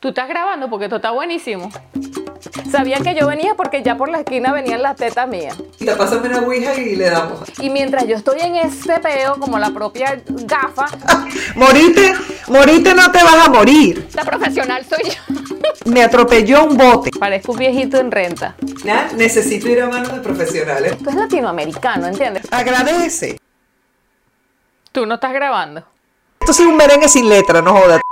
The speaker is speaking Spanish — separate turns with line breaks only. Tú estás grabando porque esto está buenísimo.
Sabía que yo venía porque ya por la esquina venían las tetas mías.
Y te pásame una ouija y le damos.
Y mientras yo estoy en ese peo, como la propia gafa,
Morite, morite no te vas a morir.
La profesional soy yo.
Me atropelló un bote.
parezco un viejito en renta.
Nah, necesito ir a manos de profesionales.
Esto es latinoamericano, ¿entiendes?
Agradece.
Tú no estás grabando.
Esto es un merengue sin letra, no jodas.